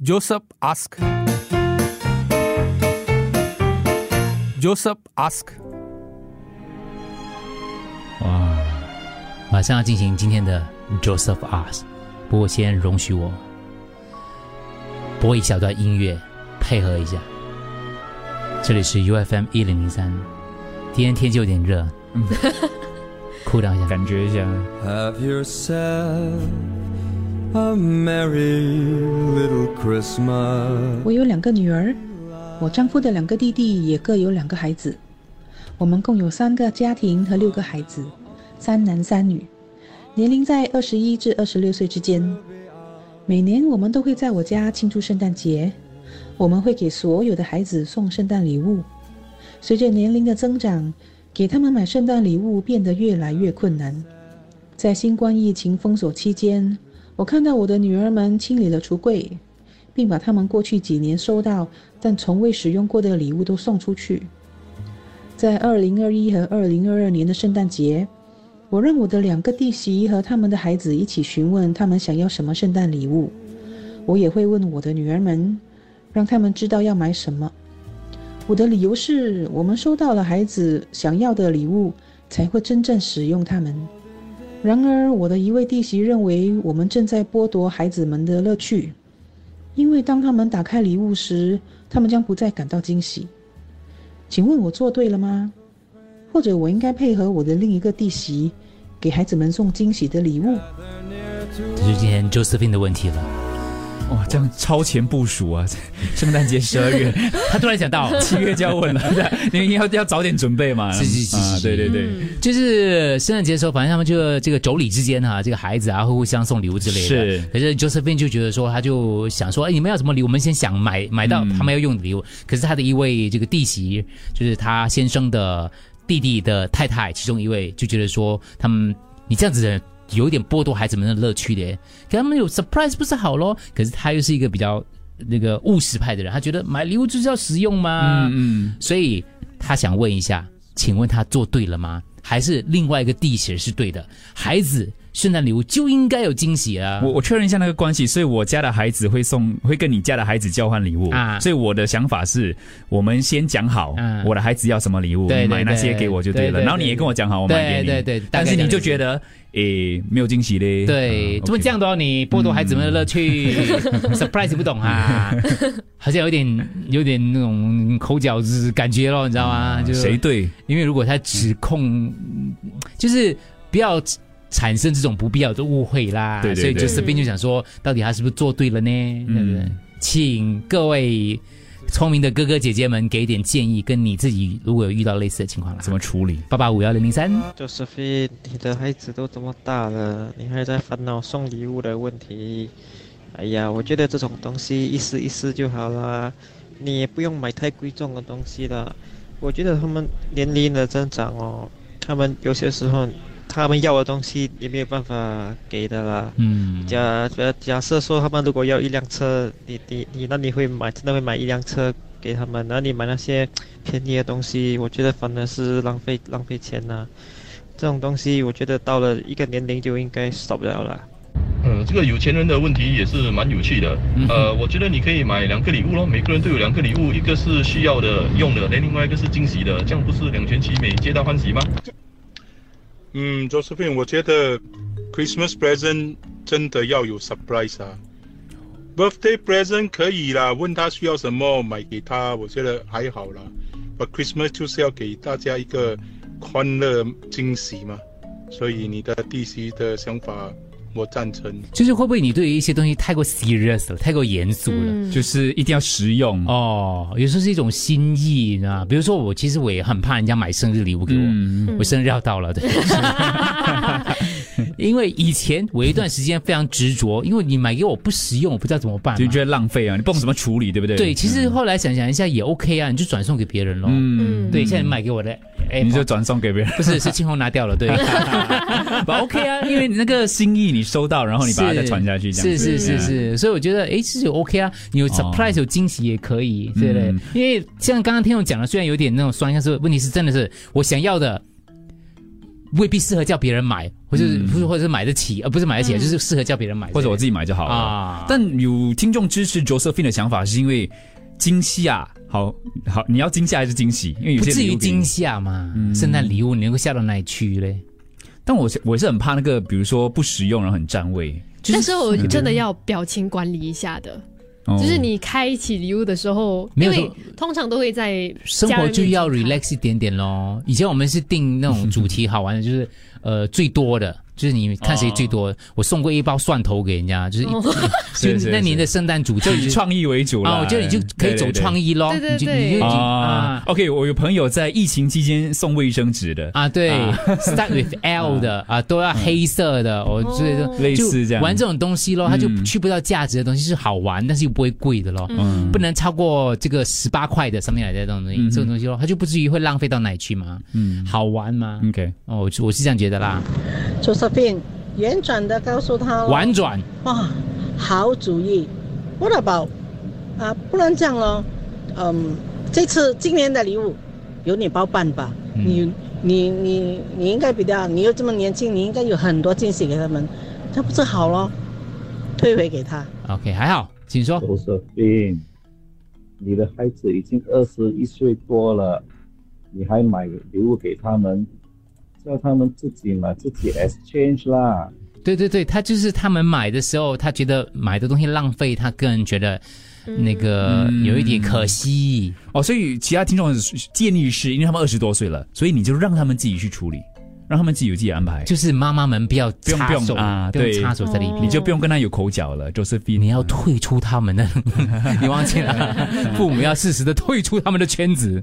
Joseph ask. Joseph ask. 哇，马上要进行今天的 Joseph Us，不过先容许我播一小段音乐配合一下。这里是 UFM 一零零三，今天天气有点热， 酷凉一下。嗯感觉一下， Have yourself a merry little Christmas. 我有两个女儿，我丈夫的两个弟弟也各有两个孩子，我们共有三个家庭和六个孩子，三男三女，年龄在二十一至二十六岁之间。每年我们都会在我家庆祝圣诞节，我们会给所有的孩子送圣诞礼物。随着年龄的增长，给他们买圣诞礼物变得越来越困难。在新冠疫情封锁期间，我看到我的女儿们清理了橱柜，并把他们过去几年收到但从未使用过的礼物都送出去。在2021和2022年的圣诞节，我让我的两个弟媳和他们的孩子一起询问他们想要什么圣诞礼物，我也会问我的女儿们，让他们知道要买什么。我的理由是我们收到了孩子想要的礼物，才会真正使用它们。然而，我的一位弟媳认为我们正在剥夺孩子们的乐趣，因为当他们打开礼物时，他们将不再感到惊喜。请问我做对了吗？或者我应该配合我的另一个弟媳，给孩子们送惊喜的礼物？这就是今天 Josephine 的问题了，哇，这样超前部署啊！圣诞节十二月，她突然想到，七月就要问了，对你要要早点准备嘛。是是是啊是对对对，嗯 就是圣诞节的时候，反正他们就这个妯娌之间哈、这个孩子啊会互相送礼物之类的。是可是 Josephine 就觉得说，他就想说，哎，你们要什么礼物？我们先想买买到他们要用的嗯礼物。可是他的一位这个弟媳，就是他先生的弟弟的太太，其中一位就觉得说，他们你这样子的有一点剥夺孩子们的乐趣的，给他们有 surprise 不是好咯？可是他又是一个比较那个务实派的人，他觉得买礼物就是要实用嘛，嗯所以他想问一下，请问他做对了吗？还是另外一个地形是对的？孩子圣诞礼物就应该有惊喜啊！嗯，我我确认一下那个关系，所以我家的孩子会送，会跟你家的孩子交换礼物啊所以我的想法是，我们先讲好啊，我的孩子要什么礼物，对对你买那些给我就对对对了。对然后你也跟我讲好，我买给你。对对对但是大概你这就样觉得，诶，没有惊喜嘞。对，嗯怎么 OK 嗯这样的哦？你剥夺孩子们的乐趣 ，surprise 不懂 啊，好像有点有点那种口角之感觉咯，你知道吗？就谁对？因为如果他指控，就是不要产生这种不必要的误会啦。对对所以对就是斌就想说，到底他是不是做对了呢？对不对？嗯请各位聪明的哥哥姐姐们给一点建议，跟你自己如果有遇到类似的情况啦。怎么处理？八八五幺零零三， Josephine，你的孩子都这么大了，你还在烦恼送礼物的问题？哎呀，我觉得这种东西一试一试就好啦，你也不用买太贵重的东西啦。我觉得他们年龄的增长哦，他们有些时候他们要的东西也没有办法给的啦。嗯，假假假设说他们如果要一辆车，你你你那你会买真的会买一辆车给他们？那你买那些便宜的东西，我觉得反而是浪费浪费钱呐、这种东西我觉得到了一个年龄就应该少不了了。嗯，这个有钱人的问题也是蛮有趣的。呃，我觉得你可以买两个礼物咯，每个人都有两个礼物，一个是需要的用的，那另外一个是惊喜的，这样不是两全其美，皆大欢喜吗？嗯，Josephine，我觉得 Christmas present 真的要有 surprise 啊。Birthday present 可以啦，问他需要什么买给他，我觉得还好啦。But Christmas 就是要给大家一个欢乐惊喜嘛，所以你的弟媳的想法我赞成。就是会不会你对于一些东西太过 serious 了，太过严肃了？就是一定要实用。哦，有时候是一种心意，你知道吗？比如说我，其实我也很怕人家买生日礼物给我，嗯我生日要到了，对，因为以前我有一段时间非常执着，因为你买给我不实用，我不知道怎么办嘛就觉得浪费啊，你不懂怎么处理，对不对？对，其实后来想想一下也 OK 啊，你就转送给别人咯。嗯，对，现在你买给我的，哎，你就转送给别人， 不是是庆红拿掉了，对，OK 啊，因为因为你那个心意你收到，然后你把它再传下去，这样是是子是嗯是，所以我觉得哎，是有 OK 啊，你有 surprise 有惊喜也可以，对不对嗯？因为像刚刚听众讲的，虽然有点那种酸，但是问题是真的是我想要的。未必适合叫别人买，或者是、或者是买得起，而、呃不是买得起，就是适合叫别人买，嗯或者我自己己买就好了。啊但有听众支持 Josephine 的想法，是因为惊喜啊，好好，你要惊吓还是惊喜？因为有不些至礼于物给你惊，吓嘛。嗯圣诞礼物你能够下到哪里去嘞？但我是我是很怕那个，比如说不实用，然后很占位。就是那时候我真的要表情管理一下的，哦就是你开启礼物的时候，没因有为通常都会在生家活人就要面前开 relax 一点点咯。以前我们是定那种主题好玩的， 就是呃最多的，就是你看谁最哦多。我送过一包蒜头给人家，就是一、 是就是那年的是圣诞主题 就以是创意为主了。啊，我觉得你就可以走创意意咯，对对你就对你就已经啊啊。 OK，我有朋友在疫情期间送卫生纸的，啊，对啊嗯，start with L 的啊，都要黑色的，我所以说哦类似这样就玩这种东西咯，它就嗯去不到价值的东西是好玩，但是又不会贵的咯，嗯不能超过这个十八块的上面来的这种东西，这种东西咯，它就不至于会浪费到哪里去嘛，嗯，好玩吗？ OK，哦，我是我是这样觉得啦， Josephine，婉转的告诉他咯婉转哇，好主意，What about？啊，不然这样咯，嗯，这次今年的礼物由你包办吧，你你你你应该比较，你又这么年轻，你应该有很多惊喜给他们，那不是好咯？退回给他。 ，OK，还好，请说， Josephine，你的孩子已经二十一岁多了，你还买礼物给他们，叫他们自己买，自己 exchange 啦。对对对，他就是他们买的时候，他觉得买的东西浪费，他个人觉得那个嗯有一点可惜，哦，所以其他听众的建议是，因为他们二十多岁了，所以你就让他们自己去处理，让他们自己有自己的安排，就是妈妈们不要用插不用手啊不用对插手在里面你。就不用跟他有口角了，Josephine。你要退出他们 的，你忘记了，父母要适时的退出他们的圈子。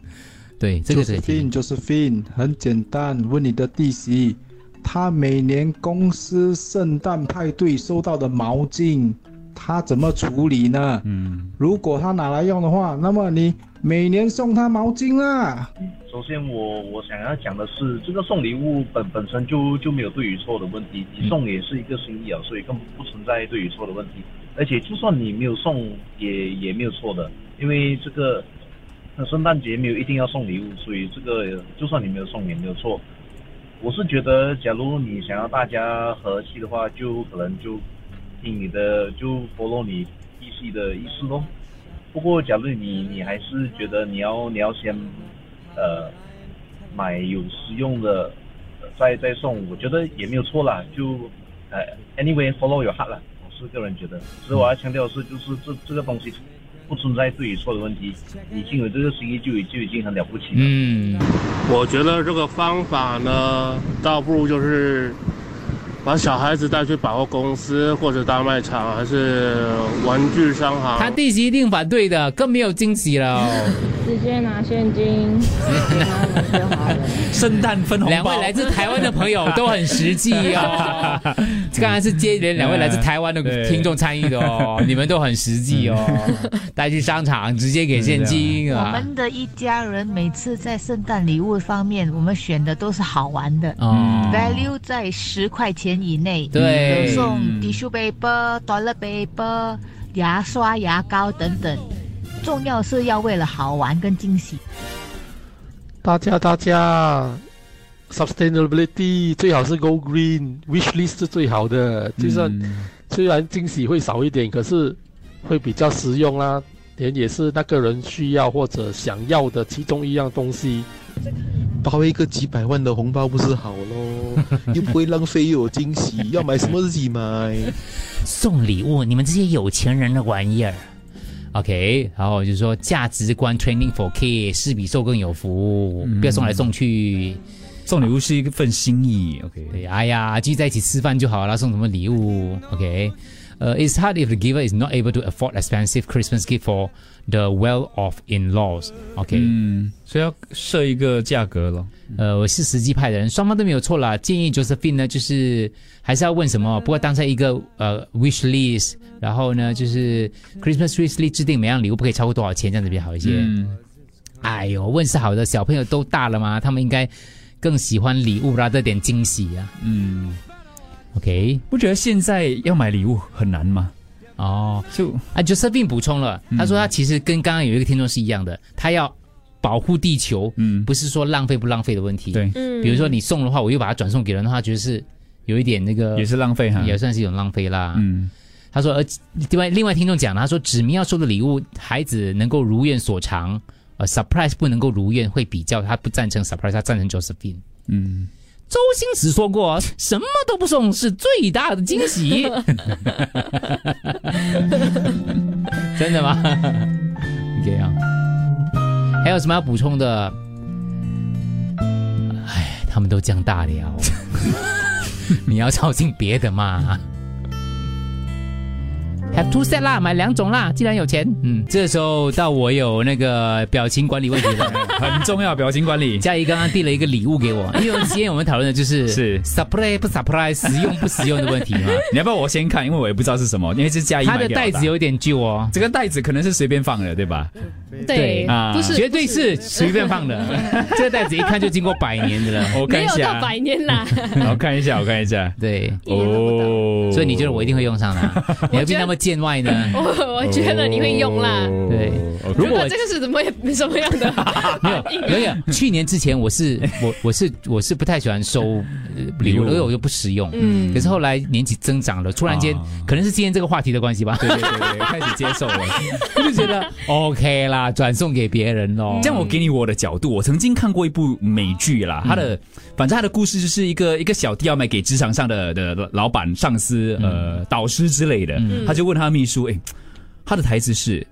对，这个是 Josephine，Josephine，很简单，问你的弟媳，她每年公司圣诞派对收到的毛巾，她怎么处理呢？嗯，如果她拿来用的话，那么你每年送她毛巾啊啦。首先我我想要讲的是，这个送礼物本本身就就没有对与错的问题，你送也是一个心意啊，所以更不存在对与错的问题。而且就算你没有送也也没有错的，因为这个呃圣诞节没有一定要送礼物，所以这个呃就算你没有送也没有错。我是觉得，假如你想要大家和气的话，就可能就听你的，就 follow 你意系的意思咯。不过，假如你你还是觉得你要你要先呃买有实用的，呃再再送，我觉得也没有错啦。就呃，anyway follow your heart 啦，我是个人觉得。所以我要强调的是，就是这这个东西不存在对与错的问题，你经有这个心意就已就已经很了不起了。嗯，我觉得这个方法呢，倒不如就是把小孩子带去百货公司或者大卖场，还是玩具商行他弟媳一定反对的，更没有惊喜了。直接拿现金， 圣诞分红包，两位来自台湾的朋友都很实际 哦，刚才是接连两位来自台湾的对听众参与的哦，你们都很实际哦，嗯带去商场直接给现金我啊。们的一家人每次在圣诞礼物方面，我们选的都是好玩的、哦 v a l u e 在十块钱以内，对有送 tissue paper、toilet paper、牙刷、牙膏等等。重要是要为了好玩跟惊喜。大家大家，sustainability 最好是 go green，wish list 是最好的。就算、嗯虽然惊喜会少一点，可是会比较实用啦，也也是那个人需要或者想要的其中一样东西。包一个几百万的红包不是好咯？又不会浪费，又有惊喜，要买什么自己买。送礼物，你们这些有钱人的玩意儿。OK，然后就是说价值观 training for kids，是比受更有福，不要送来送去。送礼物是一份心意，OK。对，哎呀，聚在一起吃饭就好了，送什么礼物？OK，呃、i t s hard if the giver is not able to afford expensive Christmas gift for the well-off in-laws。OK，、嗯，所以要设一个价格咯。呃，我是实际派的人，双方都没有错啦。建议 Josephine 呢，就是还是要问什么，不过当成一个呃 wish list，然后呢，就是 Christmas wish list 制定每样礼物不可以超过多少钱，这样子比较好一些。嗯，哎呦，问是好的，小朋友都大了嘛，他们应该更喜欢礼物啦，这点惊喜呀、啊。嗯，OK，不觉得现在要买礼物很难吗？哦，就啊，Josephine 补充了，他说他其实跟刚刚有一个听众是一样的，他要保护地球，嗯，不是说浪费不浪费的问题。对嗯比如说你送的话，我又把它转送给人的话，觉得是有一点那个，也是浪费哈也算是一种浪费啦。嗯，他说，而呃另外另外听众讲了，他说指明要收的礼物，孩子能够如愿所偿，呃，surprise 不能够如愿，会比较，他不赞成 surprise，他赞成 Josephine。嗯，周星驰说过，什么都不送是最大的惊喜。真的吗？这样，还有什么要补充的？哎，他们都这样大聊，你要操心别的嘛。Have two set 啦，买两种啦，既然有钱，嗯，这时候到我有那个表情管理问题了， 很重要，表情管理。啊佳怡刚刚递了一个礼物给我，因为今天我们讨论的 就是是 surprise 不 surprise，实用不实用的问题 嘛。你要不要我先看？因为我也不知道是什么，因为这是加一它的袋子有点旧哦，这个袋子可能是随便放的，对吧？对，啊不是绝对是随便放的， 这个袋子一看就经过百年的了。 我看没一有下到，百年啦， 我看一下，我看一下。对，哦，所以你觉得我一定会用上 它？你何必那么见外呢？我我觉得你会用啦。对， OK 如如果果这个是怎么也什么样的没有没有，去年之前我是我我是我是不太喜欢收呃礼物，礼物因为我就不实用。嗯可是后来年纪增长了，突然间啊可能是今天这个话题的关系吧，对对对对，开始接受了。我就觉 得 OK 啦，转送给别人咯。这样我给你我的角度，我曾经看过一部美剧啦，它的、反正它的故事就是一个一个小弟要买给职场上的的老板、上司、呃导师之类的，他就问他秘书，哎，他的台词是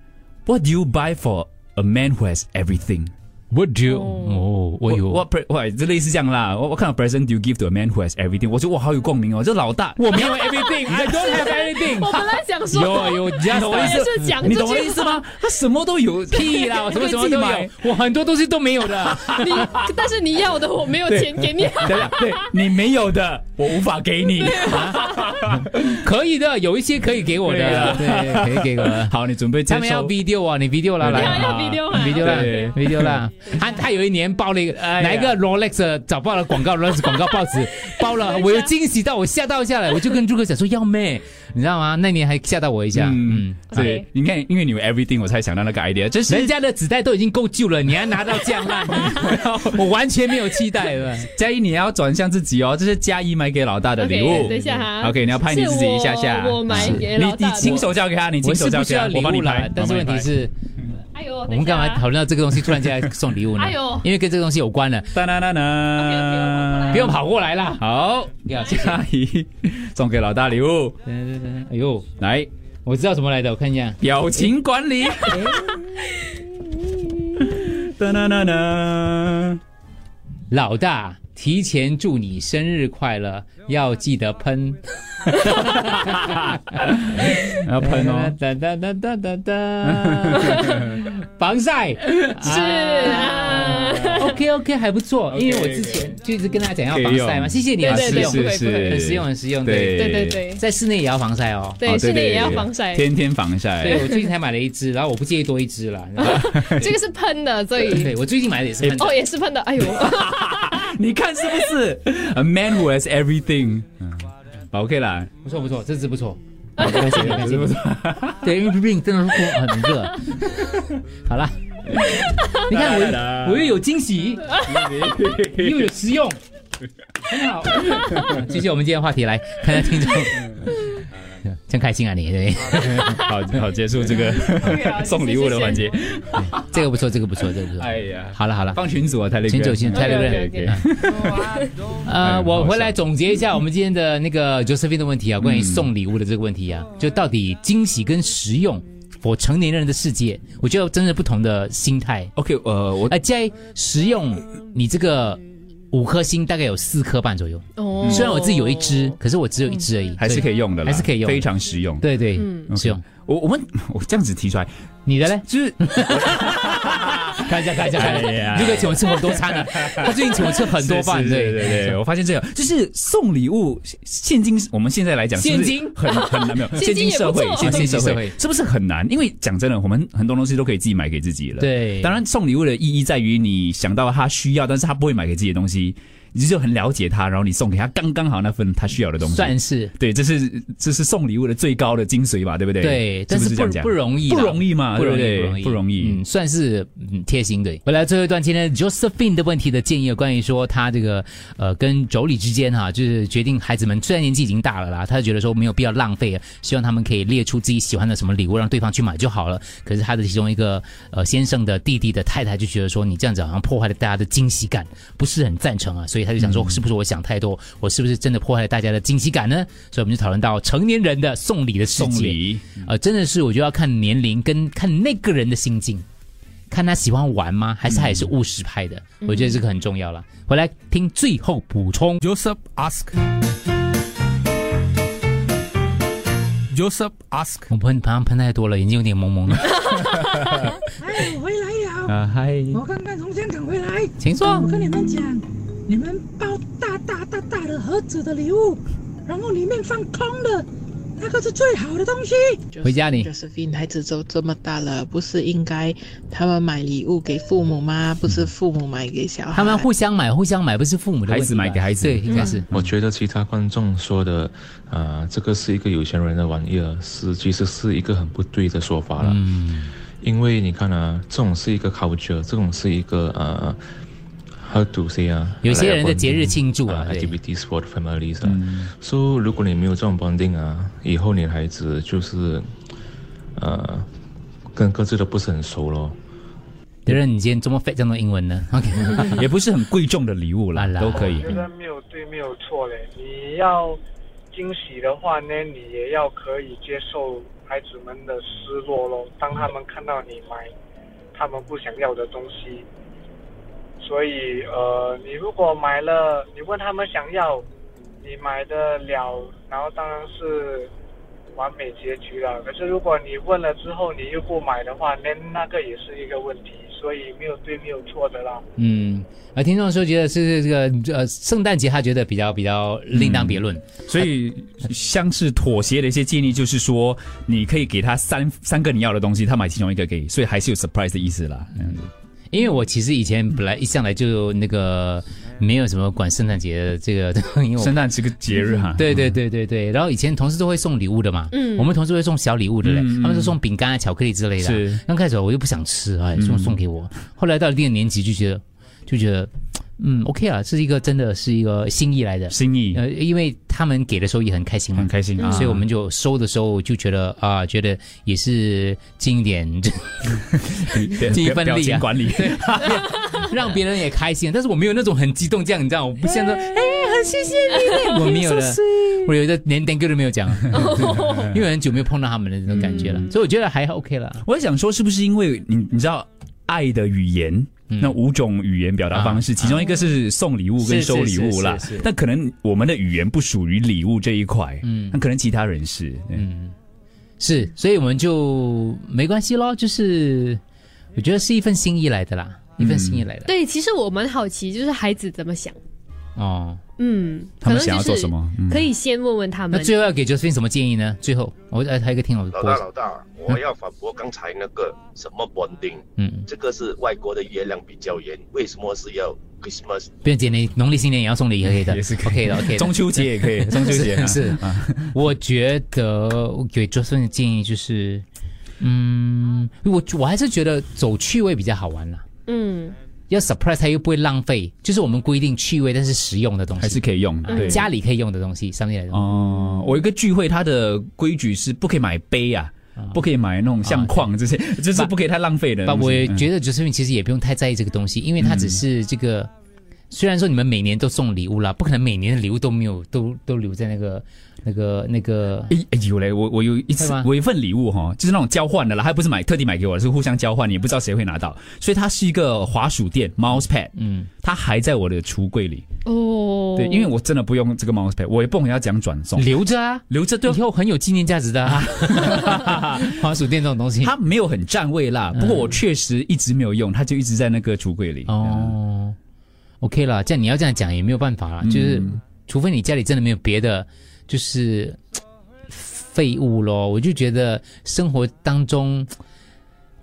What do you buy for a man who has everything？ What do you？哦，我有 What, what, pre- what 就类似这样啦。我我看到 present you give to a man who has everything，我觉得我好有共鸣哦。这老大，我没有 everything，I don't have everything。 我本来想说，有有你 just 懂我意也是思？讲这你句懂我意思吗？他什么都有，屁啦，我什么什么都自己买有，我很多东西都没有 的。你但是你要的我没有钱给你，对对，你没有的，我无法给你。可以的，有一些可以给我对的啊，对，可以给我的。好，你准备接他们要受。 video 啊，你 video 啦，对来要要啊 video 啊 video 啦对哎，video 啦。他他有一年报了一个呀哪一个 Rolex 的找爆了广告，Rolex 广告报 纸报了，我又惊喜到我吓到下来，我就跟朱哥讲说要妹，你知道吗？那年还吓到我一下，嗯嗯。，对 OK，你看，因为你有 everything，我才想到那个 idea。这是人家的纸袋都已经够旧了，你还拿到这样 烂，我完全没有期待了。嘉一，你要转向自己哦，这是嘉一买给老大的礼 OK，物。等一下哈 OK，你要拍你自己一下下。是我我买给老你大你的亲手交给 他，你我亲是手不交需给要他，礼我帮你物啦拍。，但是我问帮你题拍，是，哎呦，我们干啊嘛讨论到这个东西，突然间来送礼物呢？哎呦因为跟这个东西有关了，哒哒哒哒，不用跑过来啦。好，哎要谢谢。嘉一送给老大礼物，哎呦，来我知道什么来的，我看一下。表情 管理。哎哒哒哒哒，老大，提前祝你生日快乐，要记得喷。要喷哦。哒哒哒哒哒 哒，呃防晒是啊， OK OK 还不错，因为我之前就一直跟大家讲要防晒嘛，谢谢你啊，对实对对用，不会不会很实用，很实用，对，对对对在室内也要防晒哦。对，哦室内也要防晒，天天防晒。对，我最近才买了一支，然后我不介意多一支啦。你知道吗这个是喷的，所以对，我最近买的也是喷的。哦也是喷的，哎呦， 你看是不是？A man who has everything。嗯，OK 啦，不错不错，这支不错。哦感谢感谢。对，因为 Ring 真的是很很热。好啦，你看啊我我又有惊 喜，又有实用，很 好。继续我们今天的话题来看看听众，真开心啊你！ 对，好好结束这 个送礼物的环节。这个不错，这个不错，这个不错。哎呀，好了好了，放群主啊，泰勒群主群主泰勒瑞 OK，OK，OK 呃，哎我好回来笑总结一下我们今天的那个 Josephine 的问题啊，嗯关于送礼物的这个问题啊，就到底惊喜跟实用，我成年人的世界，我觉得真的不同的心态。 OK，呃，我呃，在实用，你这个五颗星大概有四颗半左右。哦虽然我自己有一支，可是我只有一支而已，还是可以。以用的啦，还是可以用非常实用。，对对，实用。我我们我这样子提出来，你的嘞？就是 看一下，看一下，看哎一下。呀这个请我吃很多餐啊，他最近 请我吃很多饭，是是对是对对对，我发现这样，就是送礼物现今，我们现在来讲，是不是现金很很难没有，现现金今也不社错会，现今社现金社会会是不是很难？因为讲真的，我们很多东西都可以自己买给自己了。对当然送礼物的意义在于你想到他需要，但是他不会买给自己的东西。你就很了解他，然后你送给他刚刚好那份他需要的东西，算是对，这是这是送礼物的最高的精髓吧，对不对？对，是但不是是这样不讲不容易啦，不容易嘛，不对容不易，对？不容易，易，嗯，算是嗯贴心的。回来最后一段，今天 Josephine 的问题的建议，关于说他这个呃跟妯娌之间哈、就是决定孩子们虽然年纪已经大了啦，他就觉得说没有必要浪费了，希望他们可以列出自己喜欢的什么礼物让对方去买就好了。可是他的其中一个呃先生的弟弟的太太就觉得说你这样子好像破坏了大家的惊喜感，不是很赞成啊，所以他就想说嗯是不是我想太多，我是不是真的破坏了大家的惊喜感呢？所以我们就讨论到成年人的送礼的世界， 送礼呃，真的是我觉得要看年龄跟看那个人的心境。看他喜欢玩吗？还是他也是务实派的？嗯我觉得这个很重要了。回来听最后补充，Joseph ask。Joseph ask，我喷好像喷太多了，眼睛有点蒙蒙的。 哎，我回来了！啊嗨我刚刚从香港回来。请说我跟你们讲，你们包大大大大的盒子的礼物，然后里面放空的，那个是最好的东西。回家你 Josephine，孩子都这么大了，不是应该他们买礼物给父母吗？不是父母买给小孩。他们互相买，互相买，不是父母的问题吧。对，应该是。嗯我觉得其他观众说的，呃，这个是一个有钱人的玩意儿，是其实是一个很不对的说法了。嗯，因为你看啊，这种是一个 culture，这种是一个呃，how to say 啊，有些人的节日庆祝啊，activities for the families 啊。所、so, 以如果你没有这种 bonding 啊，以后你的孩子就是呃，跟各自都不是很熟咯。德仁，你今天怎么飞这么多英文呢？OK，也不是很贵重的礼物啦，都可以我。觉得没有对，没有错嘞。你要惊喜的话呢，你也要可以接受孩子们的失落咯。当他们看到你买他们不想要的东西，所以呃，你如果买了，你问他们想要，你买得了，然后当然是完美结局了。可是如果你问了之后你又不买的话，那那个也是一个问题。所以没有对，没有错的啦。嗯，啊，听众说觉得是这个呃，圣诞节他觉得比较比较另当别论。所以，像是妥协的一些建议，就是说，你可以给他三三个你要的东西，他买其中一个给，所以还是有 surprise 的意思啦。嗯，因为我其实以前本来一上来就那个没有什么管圣诞节的这个， 因为我圣诞是个节日哈哦嗯对对对对对。然后以前同事都会送礼物的嘛，嗯我们同事会送小礼物的嘞，嗯嗯他们都送饼干啊、巧克力之类的啊。是嗯刚开始我又不想吃，哎，送送给我。后来到了一定的年纪就觉得，就觉得。嗯，OK 啊，是一个真的是一个心意来的心意，呃，因为他们给的时候也很开心嘛，很开心啊嗯所以我 们就收的时候就觉得啊、觉得也是尽一点 尽一份表力啊，情管理。对，让别人也开心。但是我没有那种很激动这样，你知道，我不像说，哎，很谢谢你，哎我没有 You're 的 so sweet，我有的连 thank you 都没有讲，因为很久没有碰到他们的那种感觉了，所以我觉得还 OK 了。我在想说，是不是因为你你知道爱的语言？嗯那五种语言表达方式，啊其中一个是送礼物跟是收礼物啦是是是是。但可能我们的语言不属于礼物这一块，嗯嗯，那可能其他人是，嗯，是，所以我们就没关系咯，就是我觉得是一份心意来的啦，一份心意来的。 对，其实我蛮好奇，就是孩子怎么想。哦，嗯，他可们想能就要是做什么嗯可以先问问他那们。最后要给 Josephine 什么建议呢？最后，我呃，还有一个听我老播大，老大，我要反驳刚才那个什么 bonding，嗯这个是外国的月亮比较圆，为什么是要 Christmas？不用姐，你农历新年也要送礼也可以的，也是 OK 的，OK 的。中秋节 也可以中秋节啊 是是啊我觉得我给 Justin 的建议就是，嗯，我我还是觉得走趣味比较好玩啦。嗯，要 surprise 它又不会浪费，就是我们规定趣味但是实用的东西，还是可以用的对家里可以用的东西，上面来的东西哦，我有一个聚会，它的规矩是不可以买杯啊，不可以买那种相框这些，就是不可以太浪费的但东西。我也嗯觉得 Josephine 其实也不用太在意这个东西，因为它只是这个。虽然说你们每年都送礼物啦，不可能每年的礼物都没有，都都留在那个、那个、那个。诶诶有嘞，我我有一次会吗我有一份礼物哈、就是那种交换的啦，还不是买特地买给我的，是互相交换，也不知道谁会拿到，所以它是一个滑鼠垫 mouse pad，嗯，它还在我的橱柜里。哦，对，因为我真的不用这个 mouse pad，我也不懂要讲转送，留着啊，留着对，以后很有纪念价值的、啊。 滑鼠垫这种东西，它没有很占位啦，不过我确实一直没有用，它就一直在那个橱柜里。哦，OK 啦，这样你要这样讲也没有办法啦，嗯就是除非你家里真的没有别的，就是嘖废物咯。我就觉得生活当中。嘖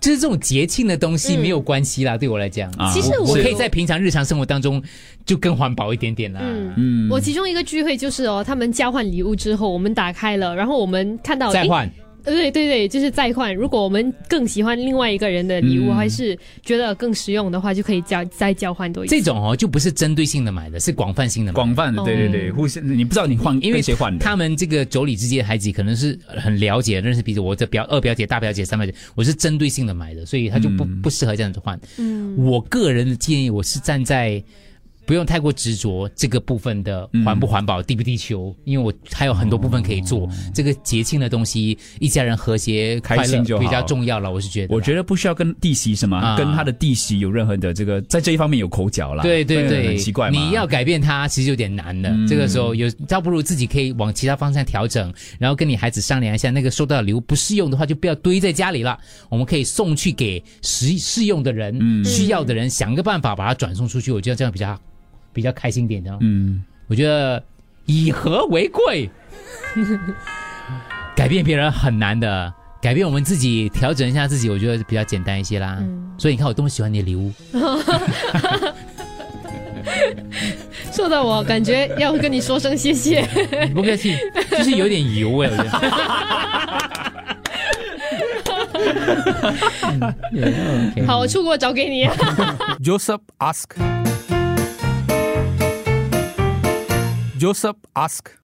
就是这种节庆的东西嗯没有关系啦，对我来讲，啊其实我我可以在平常日常生活当中就更环保一点点啦。嗯嗯我其中一个聚会就是哦，他们交换礼物之后，我们打开了，然后我们看到再换诶对对对，就是再换。如果我们更喜欢另外一个人的礼物，嗯还是觉得更实用的话，就可以交再交换多一次。这种哦，就不是针对性的买的，是广泛性的买的。广泛的对对对互相你不知道你换哦因为跟谁换的他们这个妯娌之间的孩子可能是很了解、认识彼此。我的表二表姐、大表姐、三表姐，我是针对性的买的，所以他就不、不适合这样子换。嗯我个人的建议，我是站在不用太过执着这个部分的嗯环不环保、地不地球，因为我还有很多部分可以哦做。这个节庆的东西，一家人和谐开心快乐就好比较重要了，我是觉得。我觉得不需要跟弟媳什么，啊跟他的弟媳有任何的这个在这一方面有口角啦，对对对，很奇怪嘛。嗯你要改变他，其实有点难的。这个时候有，倒不如自己可以往其他方向调整，然后跟你孩子商量一下，那个收到的礼物不适用的话，就不要堆在家里了。我们可以送去给适适用的人、嗯需要的人，想个办法把它转送出去。我觉得这样比较比较开心点的。嗯，我觉得以和为贵， 改变别人很难的。改变我们自己，调整一下自己，我觉得比较简单一些啦。所以你看，我多么喜欢你的礼物。说的我感觉要跟你说声谢 谢。不客气，就是有点油哎、我觉得。嗯好，我出国找给你。 Joseph ask. Joseph ask.